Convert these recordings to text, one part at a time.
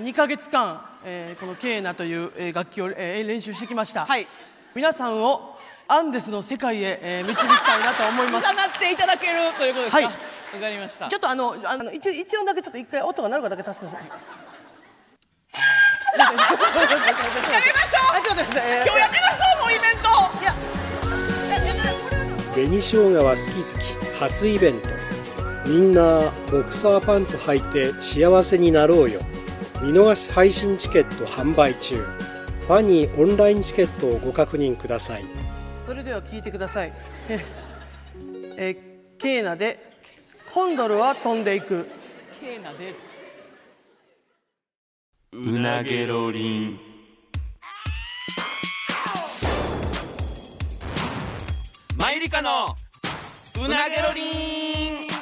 2ヶ月間、えーこのケーナという、えー楽器を、えー練習してきました、はい皆さんをアンデスの世界へ、えー導きたいなと思い重ますなっていただけるということですかはいわかりまし たちょっとあのあの一一音だけちょっと一回音が鳴るかだけ助けてくだ さいやりましょうあちょっと待ってくださいえー今日やってましょうもうイベンいやト紅生姜は好き好き初イベントみんなボクサーパンツ履いて幸せになろうよ見逃し配信チケット販売中ファニーオンラインチケットをご確認くださいそれでは聞いてください えーえーケーナでコンドルは飛んでいくケーナでうなげろりんマイリカのうなげろりん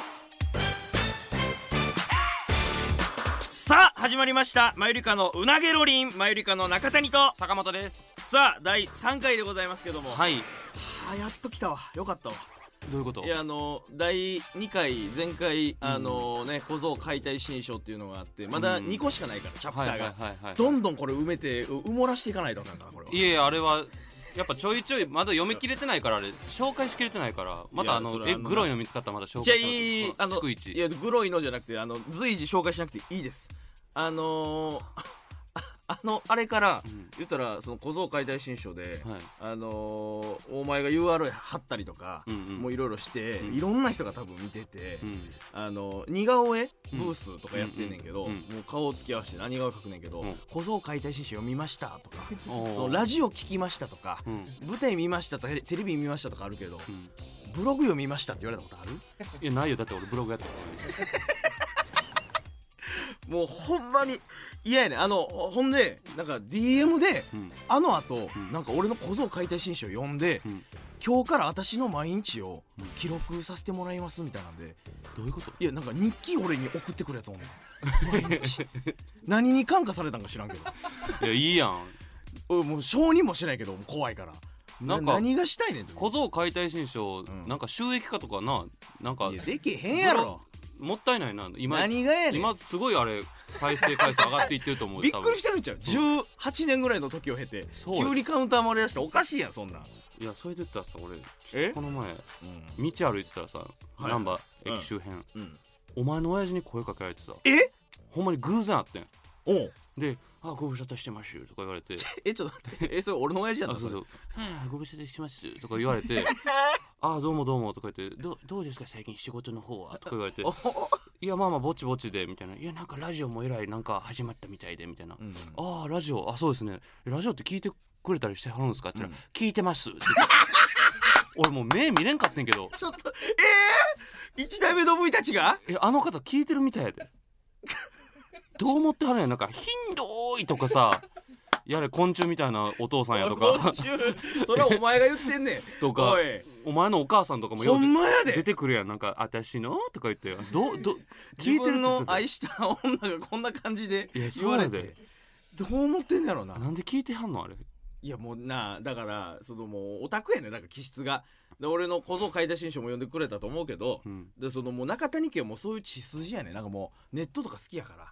さあ始まりました「マユリカのうなげロリン」マユリカの中谷と坂本ですさあ第3回でございますけどもはいあやっと来たわよかったわどういうこといやあの第2回前回あのね小僧解体新書っていうのがあってまだうん2個しかないからチャプタはいはいーはいがはいはいどんどんこれ埋めてう埋もらしていかないとあかんからこれはいやいやあれはやっぱちょいちょいまだ読み切れてないからあれ紹介しきれてないからまたあいやそのれえあのグロいの見つかったらまだ紹介じゃあしいいますあの逐い一やグロいのじゃなくてあの随時紹介しなくていいですあのー あのあれから、ん言ったらその小僧解体新書で、はいあのーお前が URL 貼ったりとか、うんうんもういろいろして、うんいろんな人が多分見てて、うんあの似顔絵ブースとかやってんねんけど、うんうんもう顔を付き合わせて何顔描くねんけど、うん小僧解体新書読みましたとかおーそのラジオ聞きましたとか、うん舞台見ましたとかテレビ見ましたとかあるけど、うんブログ読みましたって言われたことあるいやないよだって俺ブログやってるもうほんまに嫌やねんあのほほんでなんか DM で、うんあのあと、んなんか俺の小僧解体新書を読んで、うん今日から私の毎日を記録させてもらいますみたいなんでどういうこといやなんか日記俺に送ってくるやつおんね ん毎日何に感化されたんか知らんけどいやいいやん俺もう承認もしてないけど怖いからなんか何がしたいねんって小僧解体新書んなんか収益化とかななんかいやできへんやろもったいないな今何がやねん今すごいあれ再生回数上がっていってると思うびっくりしててるんちゃう18年ぐらいの時を経てそうよ急にカウンター回りだしたらおかしいやんそんなんいやそれで言ったらさ俺えこの前道うん歩いてたらさい難波駅周辺うんお前の親父に声かけられてさえほんまに偶然あってんおうで「あご無沙汰してます」とか言われ て「えちょっと待ってえそれ俺の親父やったあのそそうれそうはあご無沙汰してます」とか言われ て「あどうもどうも」とか言って「どどうですか最近仕事の方は」とか言われ ておおいやまあまあぼちぼちでみたいな「いやなんかラジオもえらいなんか始まったみたいで」みたいな「んああラジオあそうですねラジオって聞いてくれたりしてはるんですか?」って言ったら「聞いてます」って言って 俺もう目見れんかってんけどちょっとえー、一代目の V たちがえあの方聞いてるみたいやでどう思ってはるんやなんか「ひんどーい」とかさやれ昆虫みたいなお父さんやと かそれはお前が言ってんねん とかおいお前のお母さんとかもほんうまやで出てくるやんなんか「私の?」とか言って「ど ど聞自いてる」って言分ってのた愛した女がこんな感じでいや言われそうやてでどう思ってんだろうななんで聞いてはんのあれいやもうなだからそのもうオタクやねんだから気質がで俺の小僧買い出し新書も読んでくれたと思うけど、うんでそのもう中谷家はもうそういう血筋やねんなんかもうネットとか好きやから、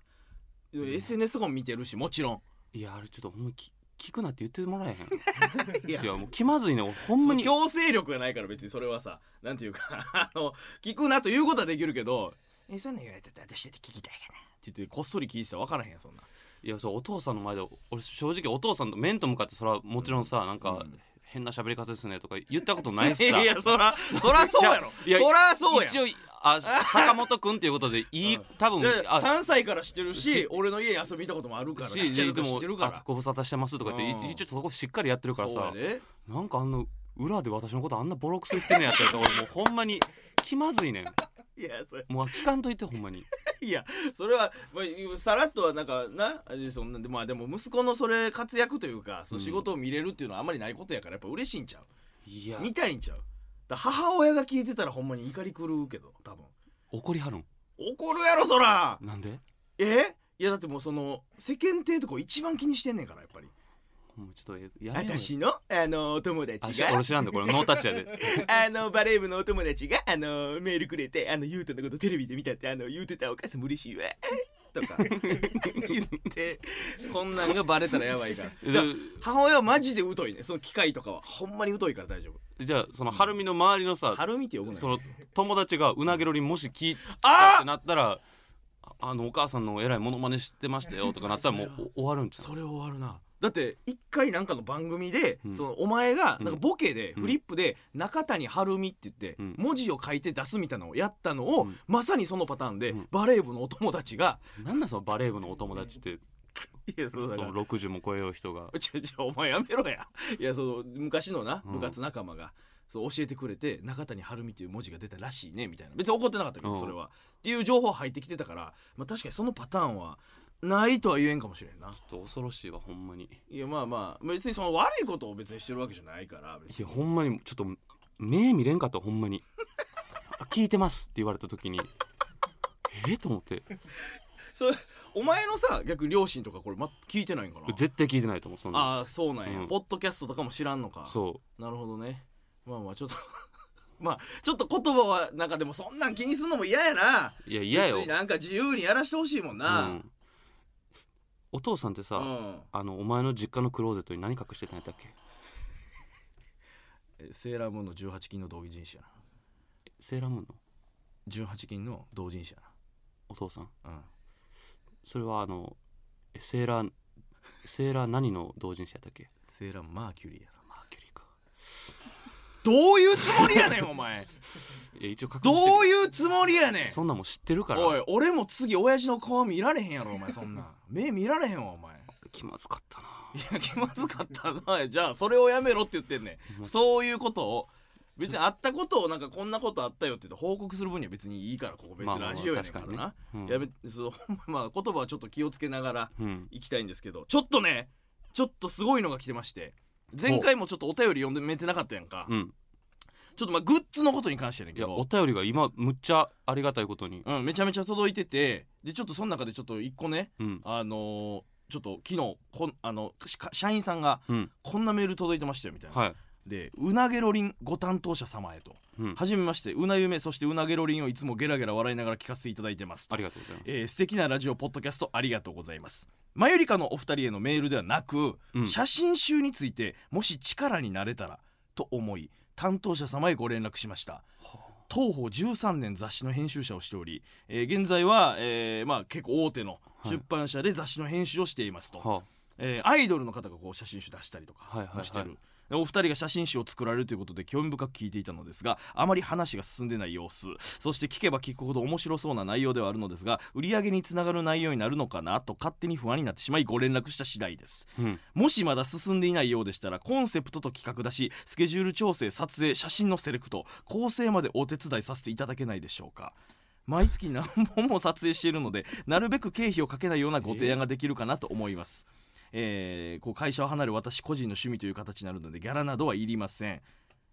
SNS とかも見てるしもちろんいやあれちょっとほんまにき聞くなって言ってもらえへんいやいやもう気まずいね俺ほんまにその強制力がないから別にそれはさなんていうか あの聞くなということはできるけどえそんなん言われたら私だって聞きたいかなって言ってこっそり聞いてたら分からへんやんそんないやそうお父さんの前で俺正直お父さんと面と向かってそれはもちろんさなんか変な喋り方ですねとか言ったことないしさ いやそらそらそうやろいやそらそうやん一応あ坂本君っていうことでいい、多分であ3歳から知ってるし俺の家に遊びに行ったこともあるからちっちゃい時知ってるあかご無沙汰してますとか言って、うん一応そこしっかりやってるかららそうさや、でなんかあの裏で私のことあんなボロクソ言ってんねやった らさ俺もうほんまに気まずいねんいやそれもう聞かんといてほんまにいやそれは、まあ、さらっとはなんかなあれそんなでまあでも息子のそれ活躍というかその仕事を見れるっていうのはあんまりないことやからやっぱ嬉しいんちゃういや見たいんちゃうだ母親が聞いてたらほんまに怒り狂うけど多分怒りはるん怒るやろそらなんでえいやだってもうその世間体とか一番気にしてんねんからやっぱりほんまちょっとやめようよ私のあのお友あ達しが俺知らんでこれノータッチや であのバレー部のお友達があのメールくれてあのゆうたのことテレビで見たってあの言うてたお母さんも嬉しいわ とか言ってこんなんがバレたらやばいからでだから母親はマジで疎いねその機械とかはほんまに疎いから大丈夫じゃあその晴海の周りのさはるみってよくないその友達がうなげろりもし聞いたっあてなったらああのお母さんの偉いモノマネしてましたよとかなったらもうお終わるんちゃうそれ終わるなだって一回なんかの番組で、うんそのお前がうんなんかボケで、うんフリップで「中谷晴美」って言って、うん文字を書いて出すみたいなのをやったのを、うんまさにそのパターンで、うんバレー部のお友達がなんだそのバレー部のお友達って「いやそそうだからの60も超えよう人が ちょちょお前やめろやいやその昔のなうん部活仲間が、そう教えてくれて中谷晴美っていう文字が出たらしいねみたいな別に怒ってなかったけど、うんそれはっていう情報入ってきてたから、まあ、確かにそのパターンはないとは言えんかもしれんな恐ろしいわほんまにいやまあまあ別にその悪いことを別にしてるわけじゃないから 別にいやほんまにちょっと目見れんかったほんまに あ聞いてますって言われた時にえと思ってそれお前のさ逆に両親とかこれ、ま、聞いてないんかな絶対聞いてないと思うそんなああそうなんや、うんポッドキャストとかも知らんのかそうなるほどねまあまあちょっと まあちょっと言葉はなんかでもそんなん気にするのも嫌やないや嫌よ別になんか自由にやらしてほしいもんうな。ん、お父さんってうさ、ん。あのお前の実家のクローゼットに何隠してたんやったっけえセーラームーンの18金の同人誌やな。セーラームーンの18金の同人誌やお父さんな。うん。それはあのえセーラーセーラー何の同人誌やったっけセーラーマーキュリーやな。マーキュリーかどういうつもりやねん、お 前。いや一応隠してどるういうつもりやねん。そんなんもう知ってるからおい、俺も次、親父の顔見られへんやろ、お前、そんなん。 目見られへんわ、お 前。気まずかったないや、気まずかったな。じゃあ、それをやめろって言ってんね ん。そういうことを。別にあったことをなんかこんなことあったよって言って報告する分には別にいいからここ別まあにまあラジオやねんからな、確うんやめそう ほんままあ言葉はちょっと気をつけながらうんいきたいんですけどちょっとねちょっとすごいのが来てまして前回もちょっとお便り読んでめてなかったやんか、うんちょっとまあグッズのことに関してやねいんけやおど便りが今むっちゃありがたいことにうん、めちゃめちゃ届いててでちょっとその中でちょっと一個ねうんあのーちょっと昨日こんあのしか社員さんがうんこんなメール届いてましたよみたいな、はいでうなげろりんご担当者様へと、うんはじめましてうなゆめそしてうなげろりんをいつもゲラゲラ笑いながら聞かせていただいてますとありがとうございますえー素敵なラジオポッドキャストありがとうございますマユリカのお二人へのメールではなく、うん写真集についてもし力になれたらと思い担当者様へご連絡しました当方13年雑誌の編集者をしており、えー現在は、えーまあ、結構大手のい出版社で雑誌の編集をしていますと、はえーアイドルの方がこう写真集出したりとはいはかいはいもしてる、でお二人が写真集を作られるということで興味深く聞いていたのですがあまり話が進んでない様子そして聞けば聞くほど面白そうな内容ではあるのですが売り上げにつながる内容になるのかなと勝手に不安になってしまいご連絡した次第ですあうんもしまだ進んでいないようでしたらコンセプトと企画出しスケジュール調整撮影写真のセレクト構成までお手伝いさせていただけないでしょうか毎月何本も撮影しているのでなるべく経費をかけないようなご提案ができるかなと思います、えーこう会社を離れ私個人の趣味という形になるのでギャラなどはいりません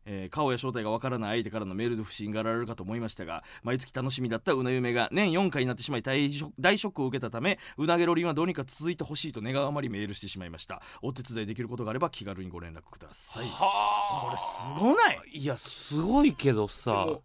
えー顔や正体がわからない相手からのメールで不信がられるかと思いましたが毎月楽しみだったうなゆめが年4回になってしまい大ショ大ショックを受けたためうなげロリンはどうにか続いてほしいと願うあまりメールしてしまいましたお手伝いできることがあれば気軽にご連絡くださいはこれすごないいやすごいけどさもう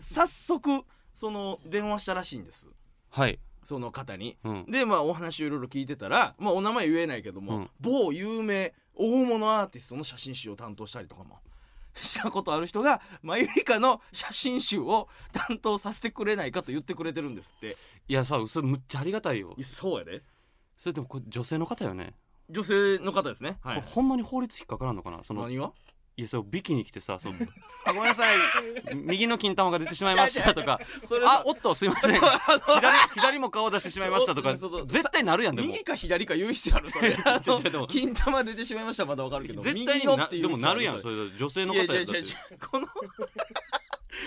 早速その電話したらしいんですはいその方にうんでまあお話をいろいろ聞いてたら、まあ、お名前言えないけども、うん某有名大物アーティストの写真集を担当したりとかも したことある人がマユリカの写真集を担当させてくれないかと言ってくれてるんですっていやさそれむっちゃありがたいよそうやでそれでもこれ女性の方よね、女性の方ですねこはれほんまに法律引っかからんのかなそのい何がやそれビキに来てさその あごめんなさい右の金玉が出てしまいましたとかそれあさおっとすいません左左も顔出してしまいましたとかそうそう絶対なる やんでも右か左か言う必要あるそれあ いやでのも金玉出てしまいましたらまだわかるけど絶対に右のなっていでうも必要なあるやんそれ女性のい方ややいったやらいやいやこの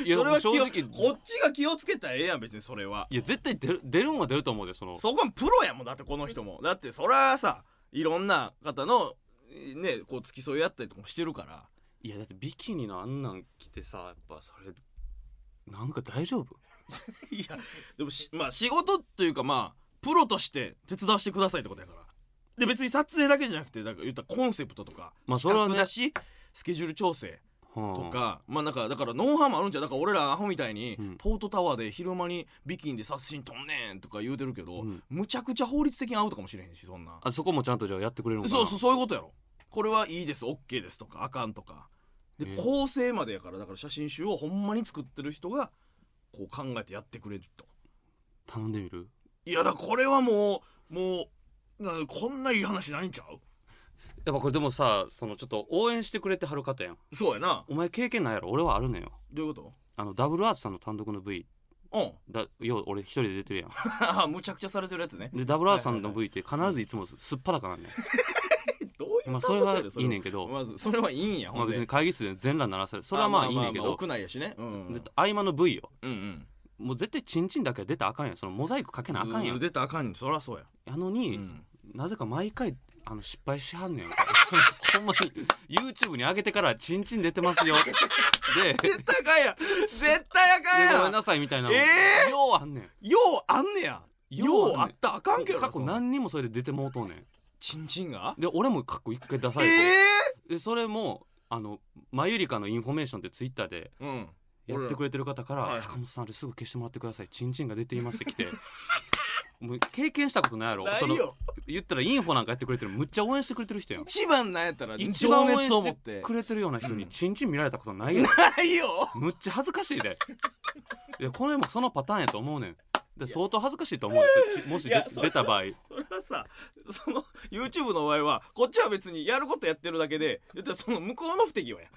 いやそれは正気を直こっちが気をつけたらええやん別にそれはいや絶対出る出るんは出ると思うでそのそこはプロやもんだってこの人もだってそらさいろんな方のねこう付き添いやったりとかもしてるからいやだってビキニのあんなん着てさやっぱそれなんか大丈夫いやでもしまあ仕事というかまあプロとして手伝わせてくださいってことやからで別に撮影だけじゃなくてだから言ったらコンセプトとかまあそれは企ね画だし、スケジュール調整ととか、まあなんかだからノウハウもあるんちゃうだから俺らアホみたいに、うんポートタワーで昼間にビキンで殺人とんねんとか言うてるけど、うんむちゃくちゃ法律的にアウトかもしれへんしそんなあそこもちゃんとじゃあやってくれるのかなそうそうそういうことやろこれはいいです OK ですとかあかんとかで、ええ構成までやからだから写真集をほんまに作ってる人がこう考えてやってくれると頼んでみるいやだからこれはもうもうなこんないい話ないんちゃうやっぱこれでもさそのちょっと応援してくれてはる方やんそうやなお前経験ないやろ俺はあるのよどういうこあのダブルアーツさんの単独の V とうんだよう俺一人で出てるやん むちゃくちゃされてるやつねでダブルアーツさんの V って必ずいつもすっぱだかなんね、どういうまあそれは単独やでいいねんけどまずそれはいいんやまほあんで別に会議室で全裸鳴らされるそれはまあいいねんけまあまあまあど屋内やしねうんで合間の V ようんうんもう絶対チンチンだけは出たらあかんやんそのモザイクかけなあかんやん出たらあかんよそりゃそうややのに、 うんなぜか毎回あの失敗しはんねん ほんまに YouTube に上げてからチンチン出てますよ でで絶対あかんやん絶対あかんやごんめんなさいみたいなの、ええようあんねんようあんねやようあったらあかんけど過な去その何人もそれで出てもうとうねんチンチンがで俺も過去一回出さえれて、えでそれもあのマユリカのインフォメーションってツイッターでうんやってくれてる方から俺ら「はい坂本さんあれすぐ消してもらってくださいチンチンが出ています」って来て もう経験したことないやろないそのよ言ったらインフォなんかやってくれてるむっちゃ応援してくれてる人やん一番なんやったら一番応援情熱を持しっててくれてるような人にうんチンチン見られたことないやんないよむっちゃ恥ずかしいでいやこれもそのパターンやと思うねんで相当恥ずかしいと思うんですよちもしいやでそれ出た場合それはさその YouTube の場合はこっちは別にやることやってるだけで言ったらその向こうの不手際や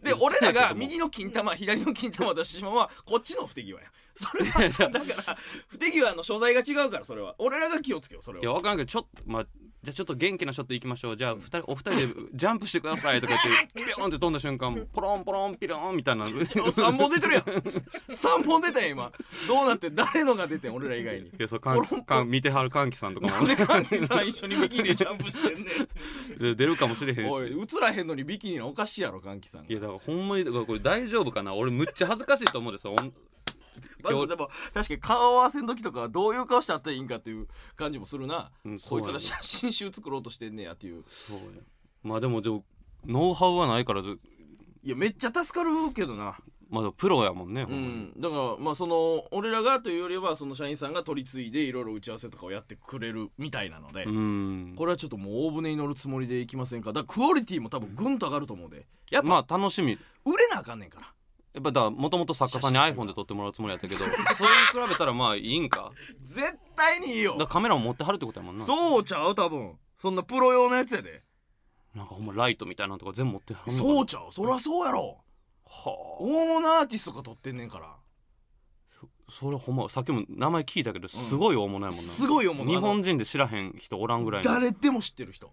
でいや俺らそうやがけども右の金玉左の金玉出してしまうのはこっちの不手際やそれいやいやはだから不手際の所在が違うからそれは俺らが気をつけようそれいやはわからんけどちょっとまあじゃあちょっと元気なショットいきましょうじゃあ二人お二人でジャンプしてくださいとか言 ってピローンって飛んだ瞬間ポロンポロンピローンみたいな3本出てるやん3本出たやん今どうなって誰のが出てん俺ら以外にいやそうかんかん見てはるかんきさんとかなんもでカンキさん一緒にビキニでジャンプしてんねで出るかもしれへんんおいし映らへんのにビキニのおかしいやろカンキさんがいやだからほんまにだからこれ大丈夫かな俺むっちゃ恥ずかしいと思うでそのまずでも確かに顔合わせの時とかはどういう顔してあったらいいんかっていう感じもするな、うんこいつそうやらね写真集作ろうとしてんねやっていうそうやまあでもでもノウハウはないからずいやめっちゃ助かるけどなまあでもプロやもんね、うほまにんだからまあその俺らがというよりはその社員さんが取り次いでいろいろ打ち合わせとかをやってくれるみたいなので、うんこれはちょっともう大船に乗るつもりでいきませんかだからクオリティも多分ぐんと上がると思うでやっぱまあ楽しみ売れなあかんねんからやっぱだからもともと作家さんに iPhone で撮ってもらうつもりやっ たけどそれに比べたらまあいいんか絶対にいいよだからカメラも持ってはるってことやもんなそうちゃう多分そんなプロ用のやつやでなんかほんまライトみたいなのとか全部持ってはんのかなそうちゃうそりゃそうやろはあ大物アーティストが撮ってんねんからそれほんまさっきも名前聞いたけどすごい大物やもんな、すごい大物日本人で知らへん人おらんぐらいの誰でも知ってる人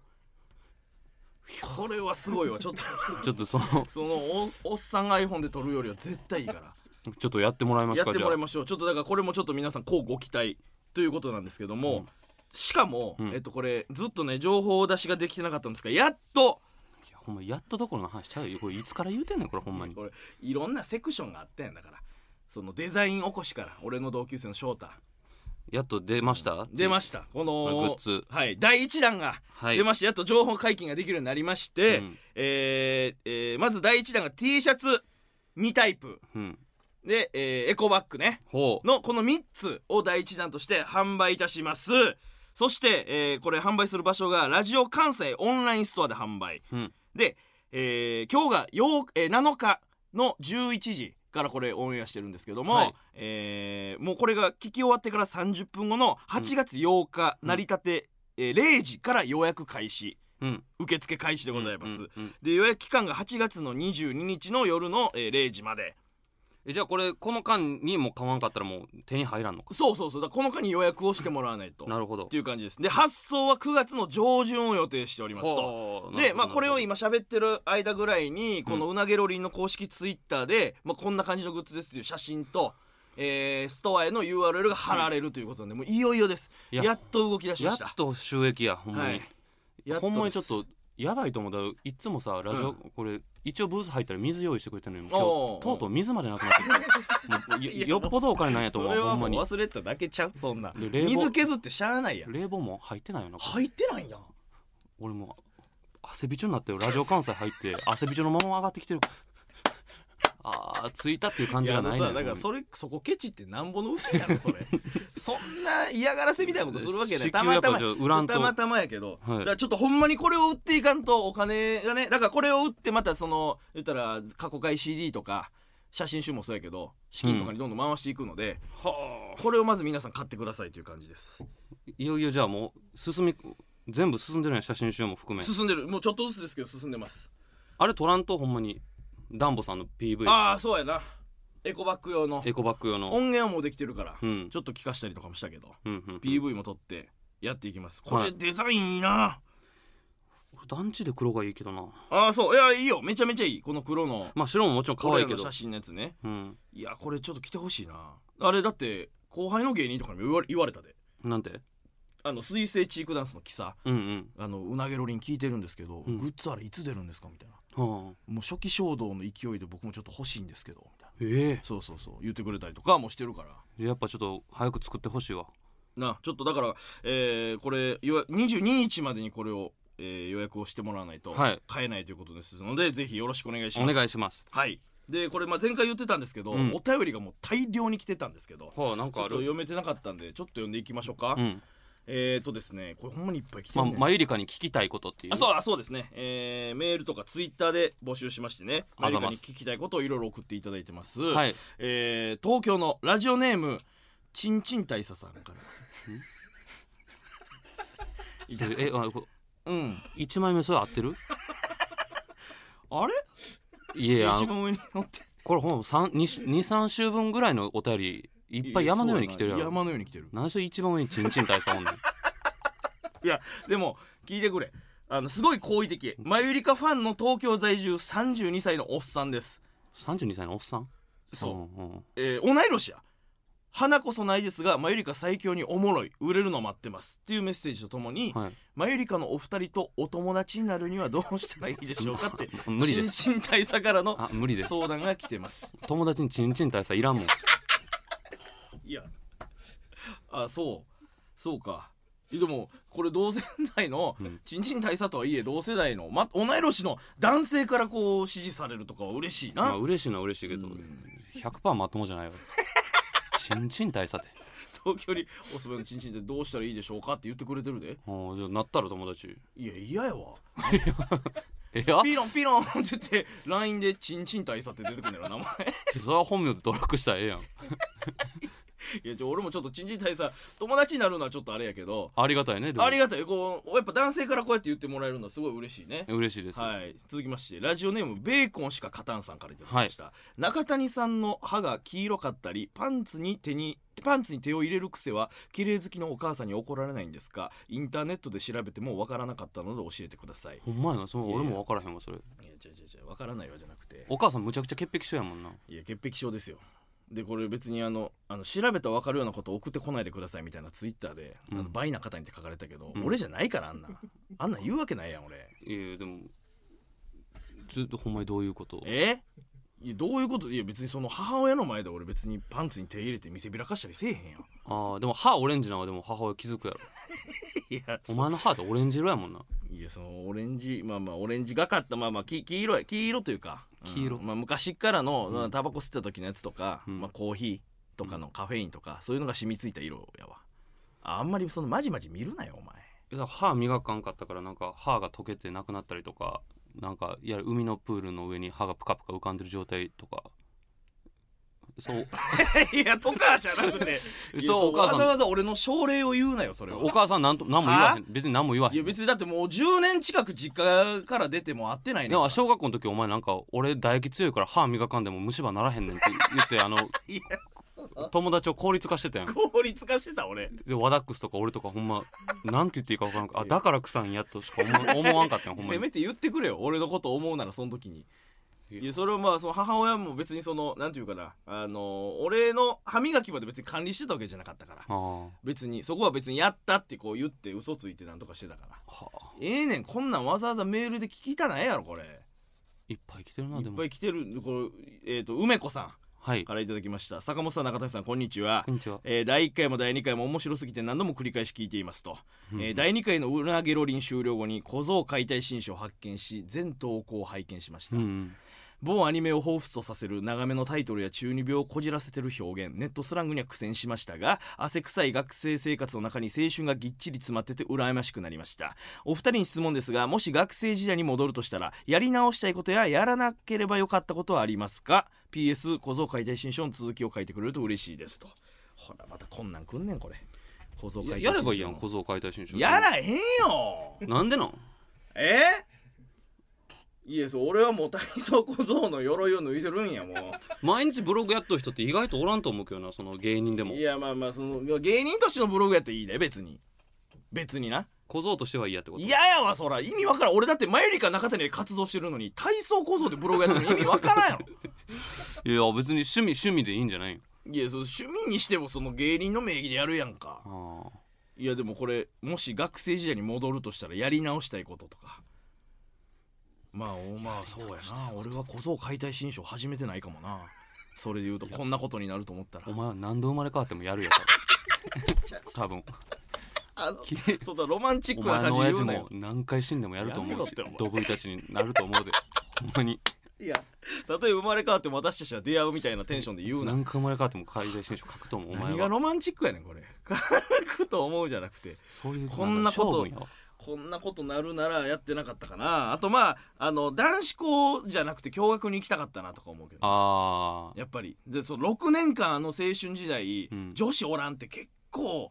これはすごいわちょっとちょっとそのそのおおっさんが iPhone で撮るよりは絶対いいかちょっとやってもらいまらすやかってじゃもあらいましょうちょっとだからこれもちょっと皆さんこうご期待ということなんですけども、しかも、うんえっとこれずっとね情報出しができてなかったんですがやっといやほんまやっとどころの話ちゃうよこれいつから言うてんねんこれほんまにこれいろんなセクションがあったんやだからそのデザイン起こしから俺の同級生の翔太やっと出ました出ましたこのグッズはい、第1弾がはい出まして、やっと情報解禁ができるようになりまして、うんえーえーまず第1弾が T シャツ2タイプうんで、えーエコバッグねほうのこの3つを第1弾として販売いたしますそして、えーこれ販売する場所がラジオ関西オンラインストアで販売うんで、えー今日が8、えー7日の11時からこれオンエアしてるんですけども、はいえーもうこれが聞き終わってから30分後の8月8日、うん成り立て、えー0時から予約開始うん受付開始でございます、うんうんで予約期間が8月の22日の夜の、えー0時までえじゃあこれこの間にもう買わんかったらもう手に入らんのかそうそうそうだからこの間に予約をしてもらわないとなるほどっていう感じですで発送は9月の上旬を予定しておりますとほうなるで、ほどまあ、これをなる今喋ってる間ぐらいにこのうなげロリンの公式ツイッターで、まあ、こんな感じのグッズですという写真と、えーストアへの URL が貼られるということなんで、もういよいよですいややっと動き出ほしどまやっしたと収益やほんまに、はいやほんまにちでょっすとやばいと思うだいつもさラジオ、うんこれ一応ブース入ったら水用意してくれてるのに今おう日とうとう水までなくなってきたもうよ よっぽどお金ないやと思そうれほはんもまうに忘れてただけちゃうそんなで冷房水削ってしゃあないやん冷房も入ってないよなこれ入ってないやん俺もう汗びちょになってるラジオ関西入って汗びちょのまま上がってきてるああ着いたっていう感いじやがあのないさのだからよそれそこケチってなんぼの浮きやろそ れそんな嫌がらせみたいなことするわけな至い急たまたまやっぱじゃあ売らんとたまたまやけど、はいだからちょっとほんまにこれを売っていかんとお金がねだからこれを売ってまたその言ったら過去回 CD とか写真集もそうやけど資金とかにどんどん回していくので、これをまず皆さん買ってくださいという感じですいよいよじゃあもう進み全部進んでるんや写真集も含め進んでるもうちょっとずつですけど進んでますあれ取らんとほんまにダンボさんの PV ああそうやなエコバッグ用のエコバッグ用の音源はもうできてるから、うんちょっと聞かしたりとかもしたけどうんうんうん PV も撮ってやっていきますこはれいデザインいいな、団地で黒がいいけどなああそういやいいよめちゃめちゃいいこの黒のまあ白ももちろん可愛いけ俺どらの写真のやつねうんいやこれちょっと着てほしいなあれだって後輩の芸人とかにも言われ言われたでなんてあの水星チークダンスの木さうんあのうなげろりん聞いてるんですけど、うんグッズあれいつ出るんですかみたいなうんはあもう初期衝動の勢いで僕もちょっと欲しいんですけどみたいなええそうそうそう言ってくれたりとかもしてるからやっぱちょっと早く作ってほしいわなちょっとだから、えーこれ予約22日までにこれを、えー予約をしてもらわないとはい買えないということですので、ぜひよろしくお願いしおます願いしますはいでこれ、まあ、前回言ってたんですけど、うんお便りがもう大量に来てたんですけどはあなんちょかっあとる読めてなかったんでちょっと読んでいきましょうか、うんえーとですねこれほんまにいっぱい来てまる、あねマユリカに聞きたいことっていうあそうあそうですね、えーメールとかツイッターで募集しましてねあマざリますカに聞きたいことをいろいろ送っていただいてます、はいえー東京のラジオネームちんちん大佐さんからいけるえあこうん一枚目それ合ってる あれいやいやあ一の番上に乗ってこれほんま23週分ぐらいのお便りいっぱい山のように来てるやろいや山のように来てる何それ一番上にチンチン大 佐おんねんいやでも聞いてくれあのすごい好意的マユリカファンの東京在住32歳のおっさんです32歳のおっさんそう、んうんえー同い年や花こそないですがマユリカ最強におもろい売れるの待ってますっていうメッセージとともに、はい、マユリカのお二人とお友達になるにはどうしたらいいでしょうかって 無理です新陳代謝からのあ無理です相談が来てます友達にチンチン大佐いらんもんいやあそうそうかでもこれ同世代のうん新陳代謝とはいえ同世代の、ま、同い年の男性からこう支持されるとかは嬉しいまなあ、嬉しいのは嬉しいけど100%まともじ ゃないよチンチン大佐って東京におすめのチンチンってどうしたらいいでしょうかって言ってくれてるでおーじゃあなったら友達いや嫌やわえやピロンピロンって言って LINE でチンチン大佐って出てくるんだよ名前それは本名で登録したらええやんいやちょ俺もちょっとチンチン大佐友達になるのはちょっとあれやけどありがたいねでもありがたいこうやっぱ男性からこうやって言ってもらえるのはすごい嬉しいね嬉しいです、はい続きましてラジオネームベーコンしか勝たんさんからいただきました、中谷さんの歯が黄色かったりパンツに手にパンツに手を入れる癖は綺麗好きのお母さんに怒られないんですかインターネットで調べてもわからなかったので教えてくださいほんまやなそのいやい俺やも分からへんわそれいや違う違う違うわからないわじゃなくてお母さんむちゃくちゃ潔癖症やもんないや潔癖症ですよでこれ別にあのあの調べたら分かるようなこと送ってこないでくださいみたいなツイッターで、うんあの倍な方にって書かれたけど、うん俺じゃないからあんなんあんなん言うわけないやん俺いやでもずっとほんまにどういうことえいやどういうこといや別にその母親の前で俺別にパンツに手入れて見せびらかしたりせえへんやんあーでも歯オレンジなんはでも母親気づくやろ いやお前の歯ってオレンジ色やもんないやそのオレンジまあまあオレンジがかったまあまあき黄色い黄色というかうん黄色まあ、昔っからの、まあタバコ吸った時のやつとか、うんまあ、コーヒーとかのカフェインとか、そういうのが染みついた色やわああんまりそのまじまじ見るなよお前いや歯磨かんかったからなんか歯が溶けてなくなったりとかなんかいや海のプールの上に歯がプカプカ浮かんでる状態とか そう いや、とかじゃなく て。そういやお母さんわざわざ俺の奨励を言うなよ、それおは。母さんなんと何も言わへはん別に何も言わいへや、ん別にだってもう10年近く実家から出ても会ってないねんでも小学校の時お前なんか俺唾液強いから歯磨かんでも虫歯ならへんねんって言ってあの いや、友達を効率化してたやん 効率化してた俺。でワダックスとか俺とかほんまなんて言っていいか分からんかあだから臭いんやとしか思思わんかったんほんま せにめて言ってくれよ、俺のこと思うならその時に。いやいや、それはまあ、その母親も別にその、なんていうかな、あの、俺の歯磨きまで別に管理してたわけじゃなかったから。あー別に、そこは別にやったってこう言って嘘ついてなんとかしてたから。はあええねん、こんなんわざわざメールで聞きたないやろ、これ。いっぱい来てるないでっぱもい来てる、これ、えっ、と、梅子さん。はいからいただきました坂本さん中谷さんこんにちはこんにちはえー第1回も第2回も面白すぎて何度も繰り返し聞いていますと、うんえー第2回の「うなげろりん」終了後に小僧解体新書を発見し全投稿を拝見しました、うん某アニメを彷彿とさせる長めのタイトルや中二病をこじらせてる表現ネットスラングには苦戦しましたが汗臭い学生生活の中に青春がぎっちり詰まってて羨ましくなりましたお二人に質問ですがもし学生時代に戻るとしたらやり直したいことややらなければよかったことはありますか PS 小僧解体新書の続きを書いてくれると嬉しいですとほらまたこんなんくんねんこれ小僧解体や新や書ればいいやん小僧解体新書やらへんよなんでなんえいやそう俺はもう体操小僧の鎧を脱いでるんやもう毎日ブログやっとる人って意外とおらんと思うけどなその芸人でもいやまあまあその芸人としてのブログやっていいで別に別にな小僧としてはいいやってこと嫌やわそら意味わからん俺だって前よりか中谷で活動してるのに体操小僧でブログやってるの意味わからんやろいや別に趣味趣味でいいんじゃないよいやそう趣味にしてもその芸人の名義でやるやんかああいやでもこれもし学生時代に戻るとしたらやり直したいこととかまあおまあそうやな俺は小僧解体新書始めてないかもなそれで言うとこんなことになると思ったらお前は何度生まれ変わってもやるやから 多分あのそうだロマンチッおクな前感のじで親父言うなよも何回死んでもやると思うしやめろってお前ドブイたちになると思う でほんまにいやたとえ生まれ変わっても私たちは出会うみたいなテンションで言うな何回生まれ変わっても解体新書書くと思うお前何がはロマンチックやねんこれ書くと思うじゃなくてそういうこんなこと勝負やわこんなことなるならやってなかったかなあとまああの男子校じゃなくて共学に行きたかったなとか思うけどああやっぱりでその6年間あの青春時代、うん女子おらんって結構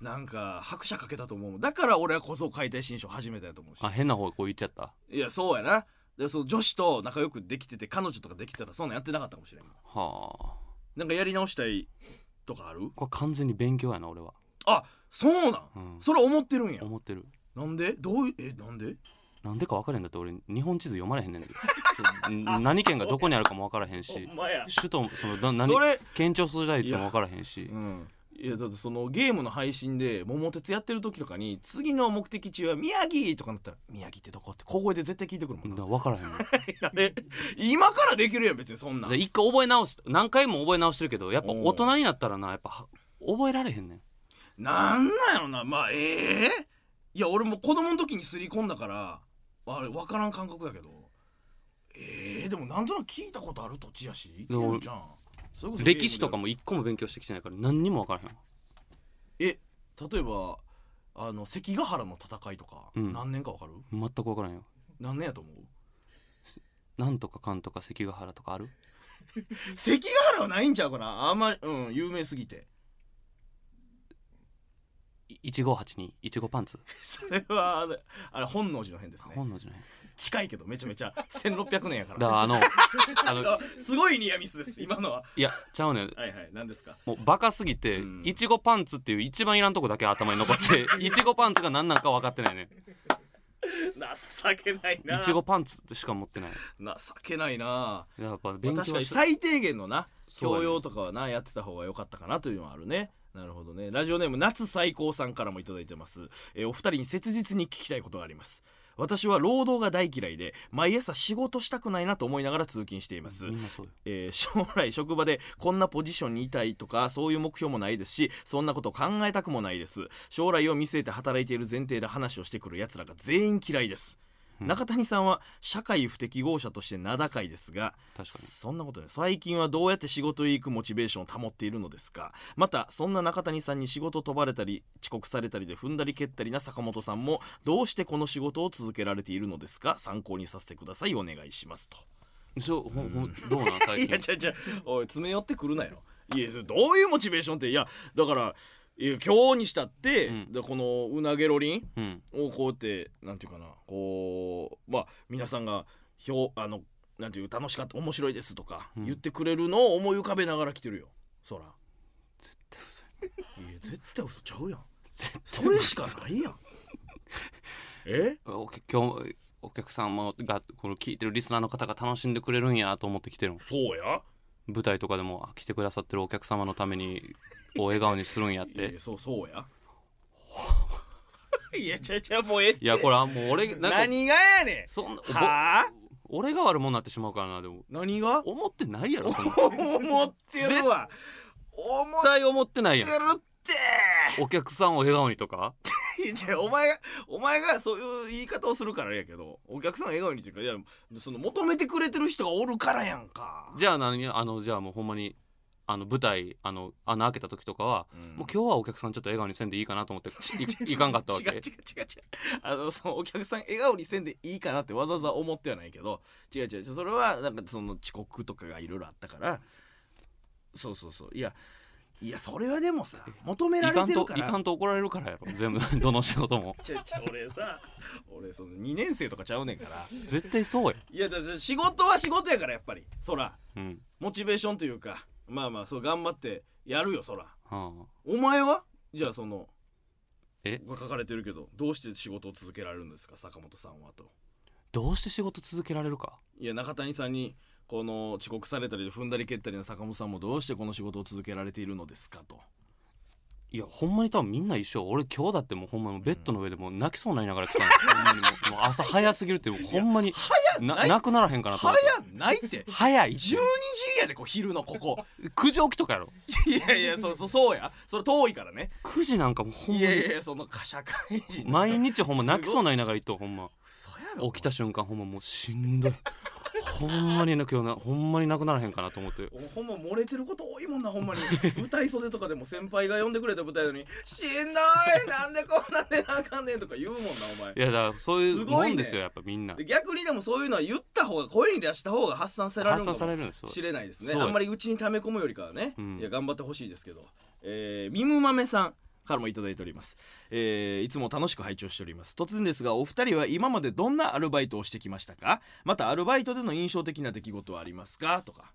なんか拍車かけたと思うもんだから俺はこそ解体新書始めたやと思うしあ変な方向行っちゃったいやそうやなでその女子と仲良くできてて彼女とかできてたらそんなんやってなかったかもしれんはあなんかやり直したいとかあるこれ完全に勉強やな俺は、あそうなん、うん、それ思ってるんや思ってるなんでどういうえなんでなんでか分からへんだって俺日本地図読まれへんねんで そうな何県がどこにあるかも分からへんしまや首都もそのな何それ県庁所在地も分からへんしうんいやだってそのゲームの配信で「桃鉄」やってる時とかに次の目的地は宮城とかなったら「宮城ってどこ?」って小声で絶対聞いてくるもんだなから分からへんの あれ今からできるやん別にそんなんで一回覚え直し何回も覚え直してるけどやっぱ大人になったらなやっぱは覚えられへんねんなんなんやろなまあええいや俺も子供の時にすり込んだからあれ分からん感覚やけどええでもなんとなく聞いたことある土地やしいけるじゃんそれこそゲームで歴史とかも一個も勉強してきてないから何にも分からへんえ例えばあの関ヶ原の戦いとか、うん何年か分かる全く分からへんよ何年やと思うなんとかかんとか関ヶ原とかある関ヶ原はないんちゃうかなあんまうん有名すぎてい1582にいちごパンツそれはあれあれ本能寺の変ですね本能寺の近いけどめちゃめち ゃ1600年やか変らだからあのあのあすごいニアミスです今のはいやちゃうねんはいはい何ですかもうバカすぎてうんいちごパンツっていう一番いらんとこだけ頭に残って いちごパンツが何なんか分かってないね情けないいちごパンツしか持ってない情けないなやっぱ勉まあ強確かはにしと最低限のなそうや教ね養とかはなやってた方が良かったかなというのはあるねなるほどねラジオネーム夏最高さんからもいただいてます、えーお二人に切実に聞きたいことがあります私は労働が大嫌いで毎朝仕事したくないなと思いながら通勤しています、みんなそうよえー将来職場でこんなポジションにいたいとかそういう目標もないですしそんなこと考えたくもないです将来を見据えて働いている前提で話をしてくる奴らが全員嫌いです、うん中谷さんは社会不適合者として名高いですが確かにそんなことね最近はどうやって仕事へ行くモチベーションを保っているのですかまたそんな中谷さんに仕事飛ばれたり遅刻されたりで踏んだり蹴ったりな坂本さんもどうしてこの仕事を続けられているのですか参考にさせてくださいお願いしますとそうほんほんどうなん最いや近違う違うおい詰め寄ってくるなよいやそれどういうモチベーションっていやだからいや今日にしたって、うんでこのうなげろりんうんをこうやってなんていうかなこうまあ皆さんが表あのなんていう楽しかった面白いですとかうん言ってくれるのを思い浮かべながら来てるよそらいや絶対嘘ちゃうやんそれしかないやんえお客今日お客様がこの聞いてるリスナーの方が楽しんでくれるんやと思って来てるもんそうや舞台とかでもあ来てくださってるお客様のためにお笑顔にするんやっいやい てやそうそうや いやちゃちゃもうええっていやこれあもう俺なんか何がやねんそんなはあぼ俺が悪者になってしまうからなでも何が思ってないやろ そんな絶思ってるわ思っ対思ってないやんてるってお客さんを笑顔にとかいやじゃあお前がお前がそういう言い方をするからあれやけどお客さんを笑顔にっていうかいやその求めてくれてる人がおるからやんかじゃあ何あのじゃあもうほんまにあの舞台あの穴開けた時とかは、うんもう今日はお客さんちょっと笑顔にせんでいいかなと思っていいかんかったわけ 違う違う違う違うあのそのお客さん笑顔にせんでいいかなってわざわざ思ってはないけど違う違うそれはなんかその遅刻とかがいろいろあったからそうそうそういやいやそれはでもさ求めらいれかんてるとからいかんと怒られるからやろ全部 どの仕事もちょちょ俺さ俺その2年生とかちゃうねんから絶対そうや、いやだって仕事は仕事やからやっぱりそらうんモチベーションというかまあまあそう頑張ってやるよそらはあ、お前はじゃあそのえここ書かれてるけどどうして仕事を続けられるんですか坂本さんはとどうして仕事続けられるかいや中谷さんにこの遅刻されたり踏んだり蹴ったりの坂本さんもどうしてこの仕事を続けられているのですかといやほんまに多分みんな一緒俺今日だってもうほんまにベッドの上でもう泣きそうになりながら来 たの、ほんまにもうもう朝早すぎるってもうほんまになないなくならへんかなと早思ってないって12早いって時やでこう昼のここ9時起きとかやろいやいやそう そうそうやそれ遠いからね9時なんかもうほんいまやにいやいやその社会人毎日ほんま泣きそうになりながら行っとほんま嘘やろ起きた瞬間ほんまもうしんどいほんまにな今日なほんまになくならへんかなと思っておほんま漏れてること多いもんなほ んまに舞台袖とかでも先輩が呼んでくれた舞台なのに「しんどいなんでこんなんでなあかんねん」とか言うもんなお前いやだからそういうすごもいねんですよやっぱみんなで逆にでもそういうのは言った方が声に出した方が発散される発の散かされもるんですよしれないですねそうあんまりうちに溜め込むよりかはね、うんいや頑張ってほしいですけどえーみむまめさんからもいただいております、えーいつも楽しく拝聴しております突然ですがお二人は今までどんなアルバイトをしてきましたかまたアルバイトでの印象的な出来事はありますかとか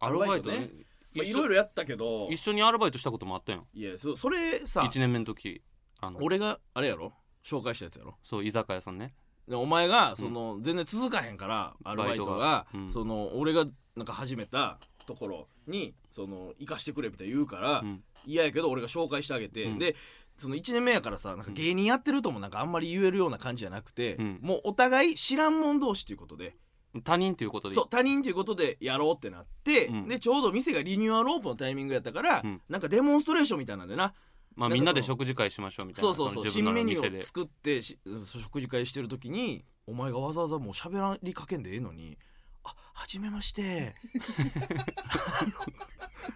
アルバイトアルねバイトねまあ一い緒ろいろやったけど一緒にアルバイトしたこともあったよいやそそれさ1年目の時あの俺があれやろ紹介したやつやろそう居酒屋さんねでお前がその、全然続かへんからアルバイトがバイトがうんその俺がなんか始めたところにその行かしてくれみたいな言うから、うん嫌やけど俺が紹介してあげて、うんでその1年目やからさなんか芸人やってるともなんかあんまり言えるような感じじゃなくて、うんもうお互い知らん者同士ということで他人ということでそう他人ということでやろうってなって、うんでちょうど店がリニューアルオープンのタイミングやったから、うんなんかデモンストレーションみたいなんでなまあなんかみんなでその食事会しましょうみたいそなうそうそう自分新らのメニュ店ーでを作ってし食事会してる時にお前がわざわざもう喋らりかけんでええのに「あはじめ まして」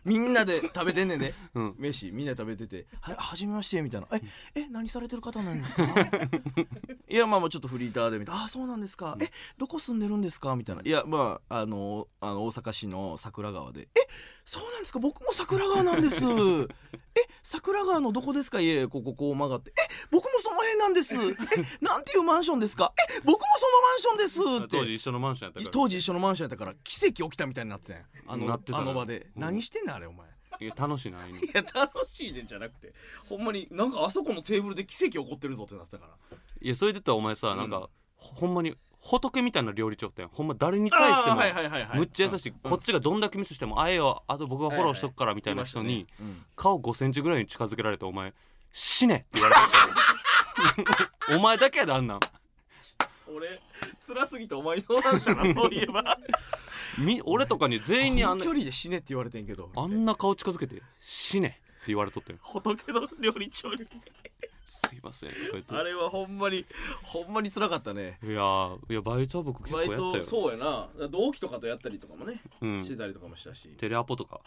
みんなで食べてんねんで、うん飯みんなで食べてて「ははじめまして」みたいな「ええ何されてる方なんですか? 」いやまあまあちょっとフリーターでみたいな「あそうなんですか、えどこ住んでるんですか?」みたいな「いやまああのあの大阪市の桜川でえそうなんですか僕も桜川なん ですえ桜川のどこですかいえこここう曲がってえ僕もその辺なんですえなんていうマンションですかえ僕もそのマンションですって当時一緒のマンションやったか当時一緒のマンションやったから奇跡起きたみたいになってたやんあなのってたあなの場で、うん何してんのあれお前らいや楽しいなあれにいや楽しいでんじゃなくてほんまになんかあそこのテーブルで奇跡起こってるぞってなってたからいやそれで言ったらお前さんなんかほほんまに仏みたいな料理長ってほんま誰に対してもはいはいはいはいむっちゃ優しいこっちがどんだけミスしてもあえよあと僕がフォローしとくからみたいな人に顔5センチぐらいに近づけられてお前死ねって言われてお前だけやであんなん俺辛すぎてお前に相談 したなそういえばみ俺とかに全員にあこんのな距離で死ねって言われてんけど あんな顔近づけて死ねって言われとって仏の料理長にすいませんとか言ってあれはほんまにほんまに辛かったねいやーいやバイトは僕結構バやっイたトよそうやな同期とかとやったりとかもね、うんしてたりとかもしたしテレアポとか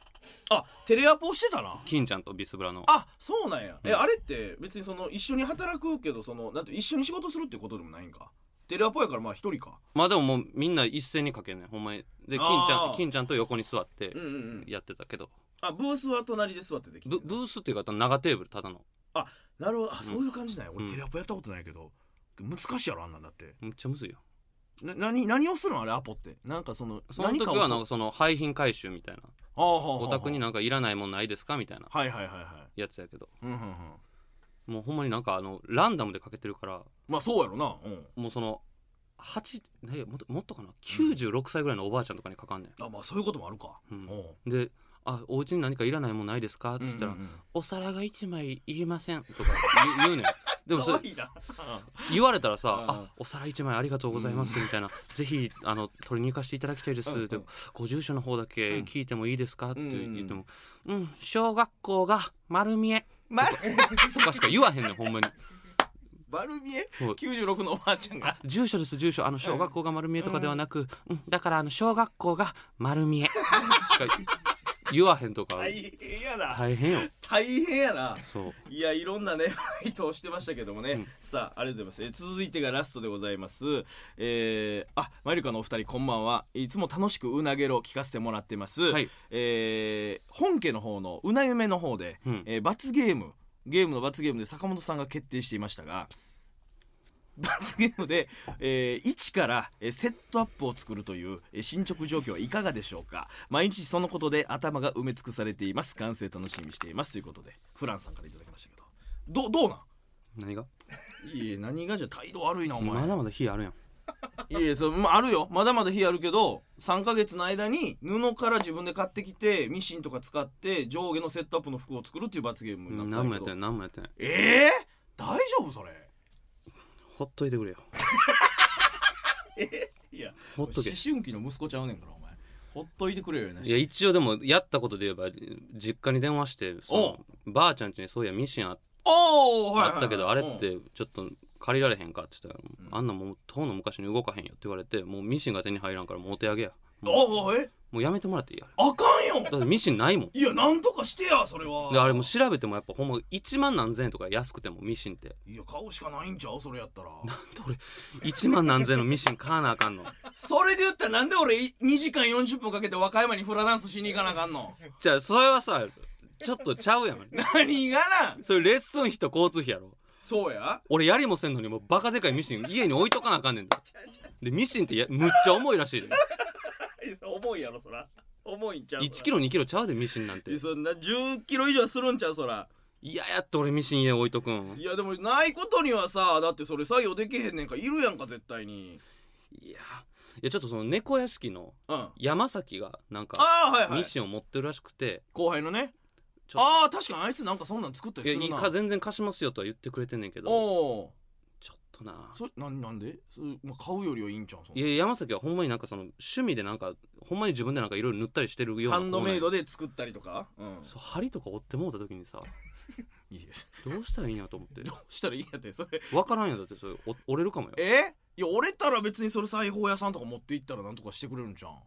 あテレアポしてたな金ちゃんとビスブラのあそうなんや、うえんあれって別にその一緒に働くけどそのなんて一緒に仕事するってことでもないんかテレアポやからまあ一人かまあでももうみんな一斉にかけんねんほんまにで金ちゃあんー金ちゃんと横に座ってうんうんうんやってたけどあブースは隣で座ってできてブるブースっていうか長テーブルただのなるほどあそういう感じなんや、う俺んテレアポやったことないけど難しいやろあんなんだってめっちゃむずいよな何何をするのあれアポってなんかそのその時何かはをなんかその廃品回収みたいなああはあはあお宅にはなんかいらないもんないですかみたいなあはいはいはいはやつやけどいうんうんうんもうほんまになんかあのランダムでかけてるからまあそうやろなうんもうその8ねもっともっとかな96歳ぐらいのおばあちゃんとかにかかんねんあまあそういうこともあるかううんんで「あお家に何かいらないもんないですか?」って言ったら「うんうんうんお皿が1枚いりません」とか言う言うねんでもそ可れ愛いな言われたらさう「んあお皿1枚ありがとうございます」みたいな「ぜひあの取りに行かせていただきたいです」うんうんでご住所の方だけ聞いてもいいですか?」って言っても「うん小学校が丸見え」とかしか言わへんねんほんまに。バルミエそう96のおばあちゃんが住所です住所あの小学校が丸見えとかではなく、うんだからあの小学校が丸見えしか言わへんとか大変やな大変よ大変やなそういやいろんなね バイトをしてましたけどもね、うんさあありがとうございますえ続いてがラストでございますえー、あマユリカのお二人こんばんはいつも楽しくうなげろ聞かせてもらってます、はいえー本家の方のうな夢の方で、うんえー罰ゲームゲームの罰ゲームで坂本さんが決定していましたが 罰ゲームで、えー、一からえーセットアップを作るというえー進捗状況はいかがでしょうか毎日そのことで頭が埋め尽くされています完成楽しみにしていますということでフランさんからいただきましたけどどどうな何がんいいえ何がじゃ態度悪いなお前まだまだ火あるやんいやそう、まあ、あるよまだまだ火あるけど3ヶ月の間に布から自分で買ってきてミシンとか使って上下のセットアップの服を作るっていう罰ゲームになった何もやってけなどい何もやってないええ大丈夫それほっといてくれよいやほっとけ思春期の息子ちゃうねんからお前ほっといてくれよやないや一応でもやったことで言えば実家に電話してそのばあちゃんちにそういやミシンあおお、はいはいはいあったけどあれっうんてちょっと借りられへんかって言ったら、うんあんなもうとうの昔に動かへんよって言われてもうミシンが手に入らんからもうお手上げやもおおえうもうやめてもらっていいやあかんよだってミシンないもんいやなんとかしてやそれはであれもう調べてもやっぱほんま1万何千円とか安くてもミシンっていや買うしかないんちゃうそれやったら1万何千円のミシン買わなあかんのそれで言ったらなんで俺2時間40分かけて和歌山にフラダンスしに行かなあかん のじゃあそれはさちょっとちゃうやん何がなんそれレッスン費と交通費やろそうや俺やりもせんのにもうバカでかいミシン家に置いとかなあかんねんででミシンってやむっちゃ重いらしいで 重いやろそら重いんちゃ1キロ2キロちゃうでミシンなんてそんな10キロ以上するんちゃうそらいややって俺ミシン家置いとくんいやでもないことにはさだってそれ作業できへんねんからいるやんか絶対にいやいやちょっとその猫屋敷のうんあ山崎がなんかあーはいはいミシンを持ってるらしくて後輩のねちょっああ確かにあいつなんかそんなん作っとたいやりすいるいなか全然貸しますよとは言ってくれてんねんけおどおちょっとなーそれなんなんでそれ、まあ、買うよりはいいんちゃうんそんいなや山崎はほんまになんかその趣味でなんかほんまに自分でなんかいろいろ塗ったりしてるようなハンドメイドでで作ったりとか、うん、そう針とか折ってもうた時にさいいですどうしたらいいんやと思って どうしたらいいんやってそれわからんやだってそれお折れるかもよえいや折れたら別にそれ裁縫屋さんとか持って行ったらなんとかしてくれるんじゃん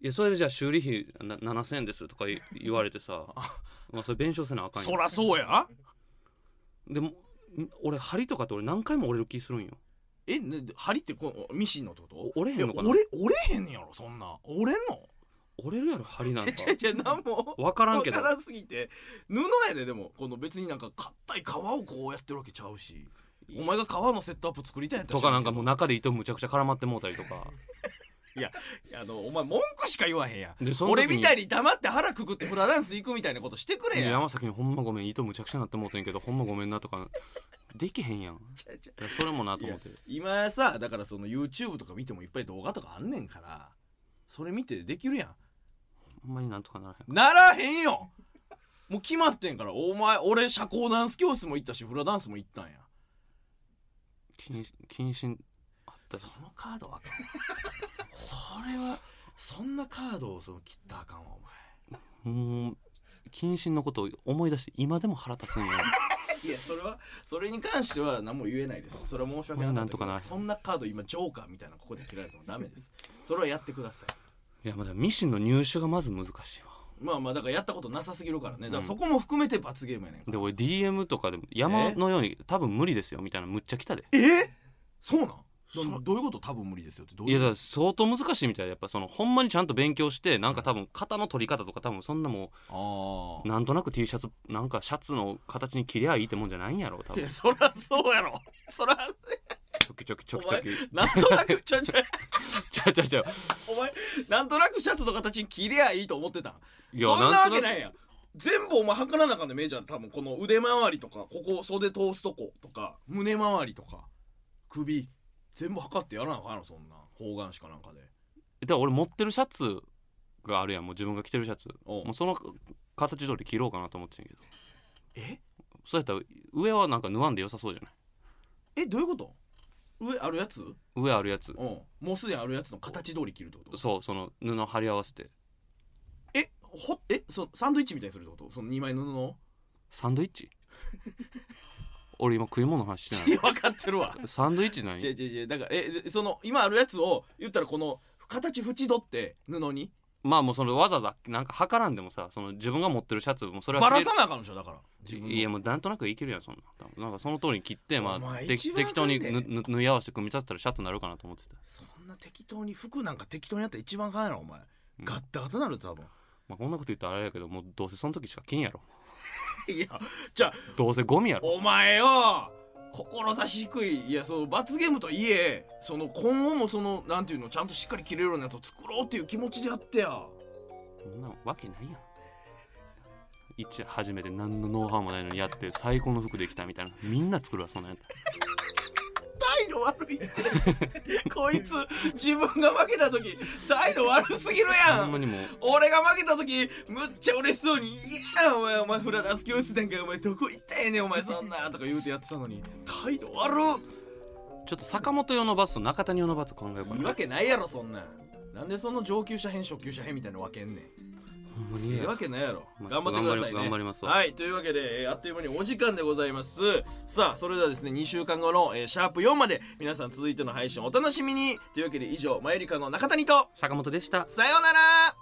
いやそれでじゃあ修理費な7000円ですとかい言われて さあまあそれ弁償せなあかんそよらそうやでもん俺針とかって俺何回も折れる気するんよえね針ってこうミシンのってことお折れへんのかなえ折れ折れへんねやろそんな折れん の折れるやろ針なんえかちゃちゃなんもわからんけどわからんすぎて布やででもこの別になんか硬い皮をこうやってるわけちゃうしお前が皮のセットアップ作りたいんやったとらかなんかもうう中で糸むちゃくちゃ絡まってもうたりとかあのお前文句しか言わへんやでその時に俺みたいに黙って腹くくってフラダンス行くみたいなことしてくれいやや山崎にほんまごめん糸むちゃくちゃなってもうてんけどほんまごめんなとかできへんやんいちゃちゃやそれもなと思って今さだからその YouTube とか見てもいっぱい動画とかあんねんからそれ見てできるやんほんまになんとかならへんならへんよもう決まってんからお前俺社交ダンス教室も行ったしフラダンスも行ったんや謹謹慎あったりそのカードはあかんそれはそんなカードをその切ったらあかんわおもう謹慎のことを思い出して今でも腹 立つんや前いやそれはそれに関しては何も言えないですそれは申し訳なかったけどこれなんとかなそんなカード今ジョーカーみたいなのここで切られてもダメですそれはやってくださいいやまだミシンの入手がまず難しいわまあまあだからやったことなさすぎるからねだからそこも含めて罰ゲームやねんかで俺 DM とかでも山えのように多分無理ですよみたいなむっちゃ来たでらえそうなんそどどういうこと多分無理ですよってどういいやうだから相当難しいみたいでやっぱそのほんまにちゃんと勉強してなんか多分型の取り方とか多分そんなもうあなんとなく T シャツなんかシャツの形に切りゃいいってもんじゃないんやろ多あい分やそらそうやろそらちょきちょきちょきちょきなんとなくちゃちゃちゃうちゃうちゃうお前なんとなくシャツの形に切りゃいいと思ってたんいやそんなわけんとなくいやん全部お前測らなあかんねメジャー多分この腕周りとかここ袖通すとことか胸周りとか首全部測ってやらなあかんやろそんな方眼紙かなんかでだから俺持ってるシャツがあるやんもう自分が着てるシャツおうもうその形通り切ろうかなと思ってんけどえそうやったら上はなんか縫わんで良さそうじゃないえどういうこと上あるやつうん上あるやつもうすでにあるやつの形通り切るってことそうその布貼り合わせてえほえそのサンドイッチみたいにするってことその2枚布をサンドイッチ 俺今食い物の話してない分かってるわサンドイッチない違う違う違うだからえその今あるやつを言ったらこの形縁取って布にまあもうそのわざわざなんか測らんでもさその自分が持ってるシャツもそれはバラさなあかんのじゃだから自分のいやもうなんとなくいけるやんそんな多分なんかその通りに切ってまおあ前て一番適当にあかんでぬぬ縫い合わせて組み立てたらシャツになるかなと思ってた、そんな適当に服なんか適当にやったら一番早いなお前うんガッタガタな ると多分まあ、こんなこと言ったらあれやけどもうどうせその時しか着んやろいやじゃあどうせゴミやろお前よ志低いいやその罰ゲームとはいえその今後もそのなんていうのちゃんとしっかり切れるようなやつを作ろうっていう気持ちでやってやそんなわけないやん一初めて何のノウハウもないのにやって最高の服できたみたいなみんな作るわそんなんやったら態度悪 いってこいつ自分が負けた時態度悪すぎるやほんまんにもう俺が負けた時むっちゃ嬉しそうに「いやお前お前フラダンス教室なんかお前どこ行ったんやねんお前そんなん」とか言うてやってたのに態度悪っちょっと坂本用のバスと中谷用のバス考えようかいいなわけないやろそんなんなんでその上級者編初級者編みたいなの分けんねんほんまにいええいわわけないやろ、まあ頑張ってくださ頑いね張り頑張りますわはいというわけで、えーあっという間にお時間でございますさあそれではですね2週間後の、えーシャープ4まで皆さん続いての配信お楽しみにというわけで以上マユリカの中谷と坂本でしたさようなら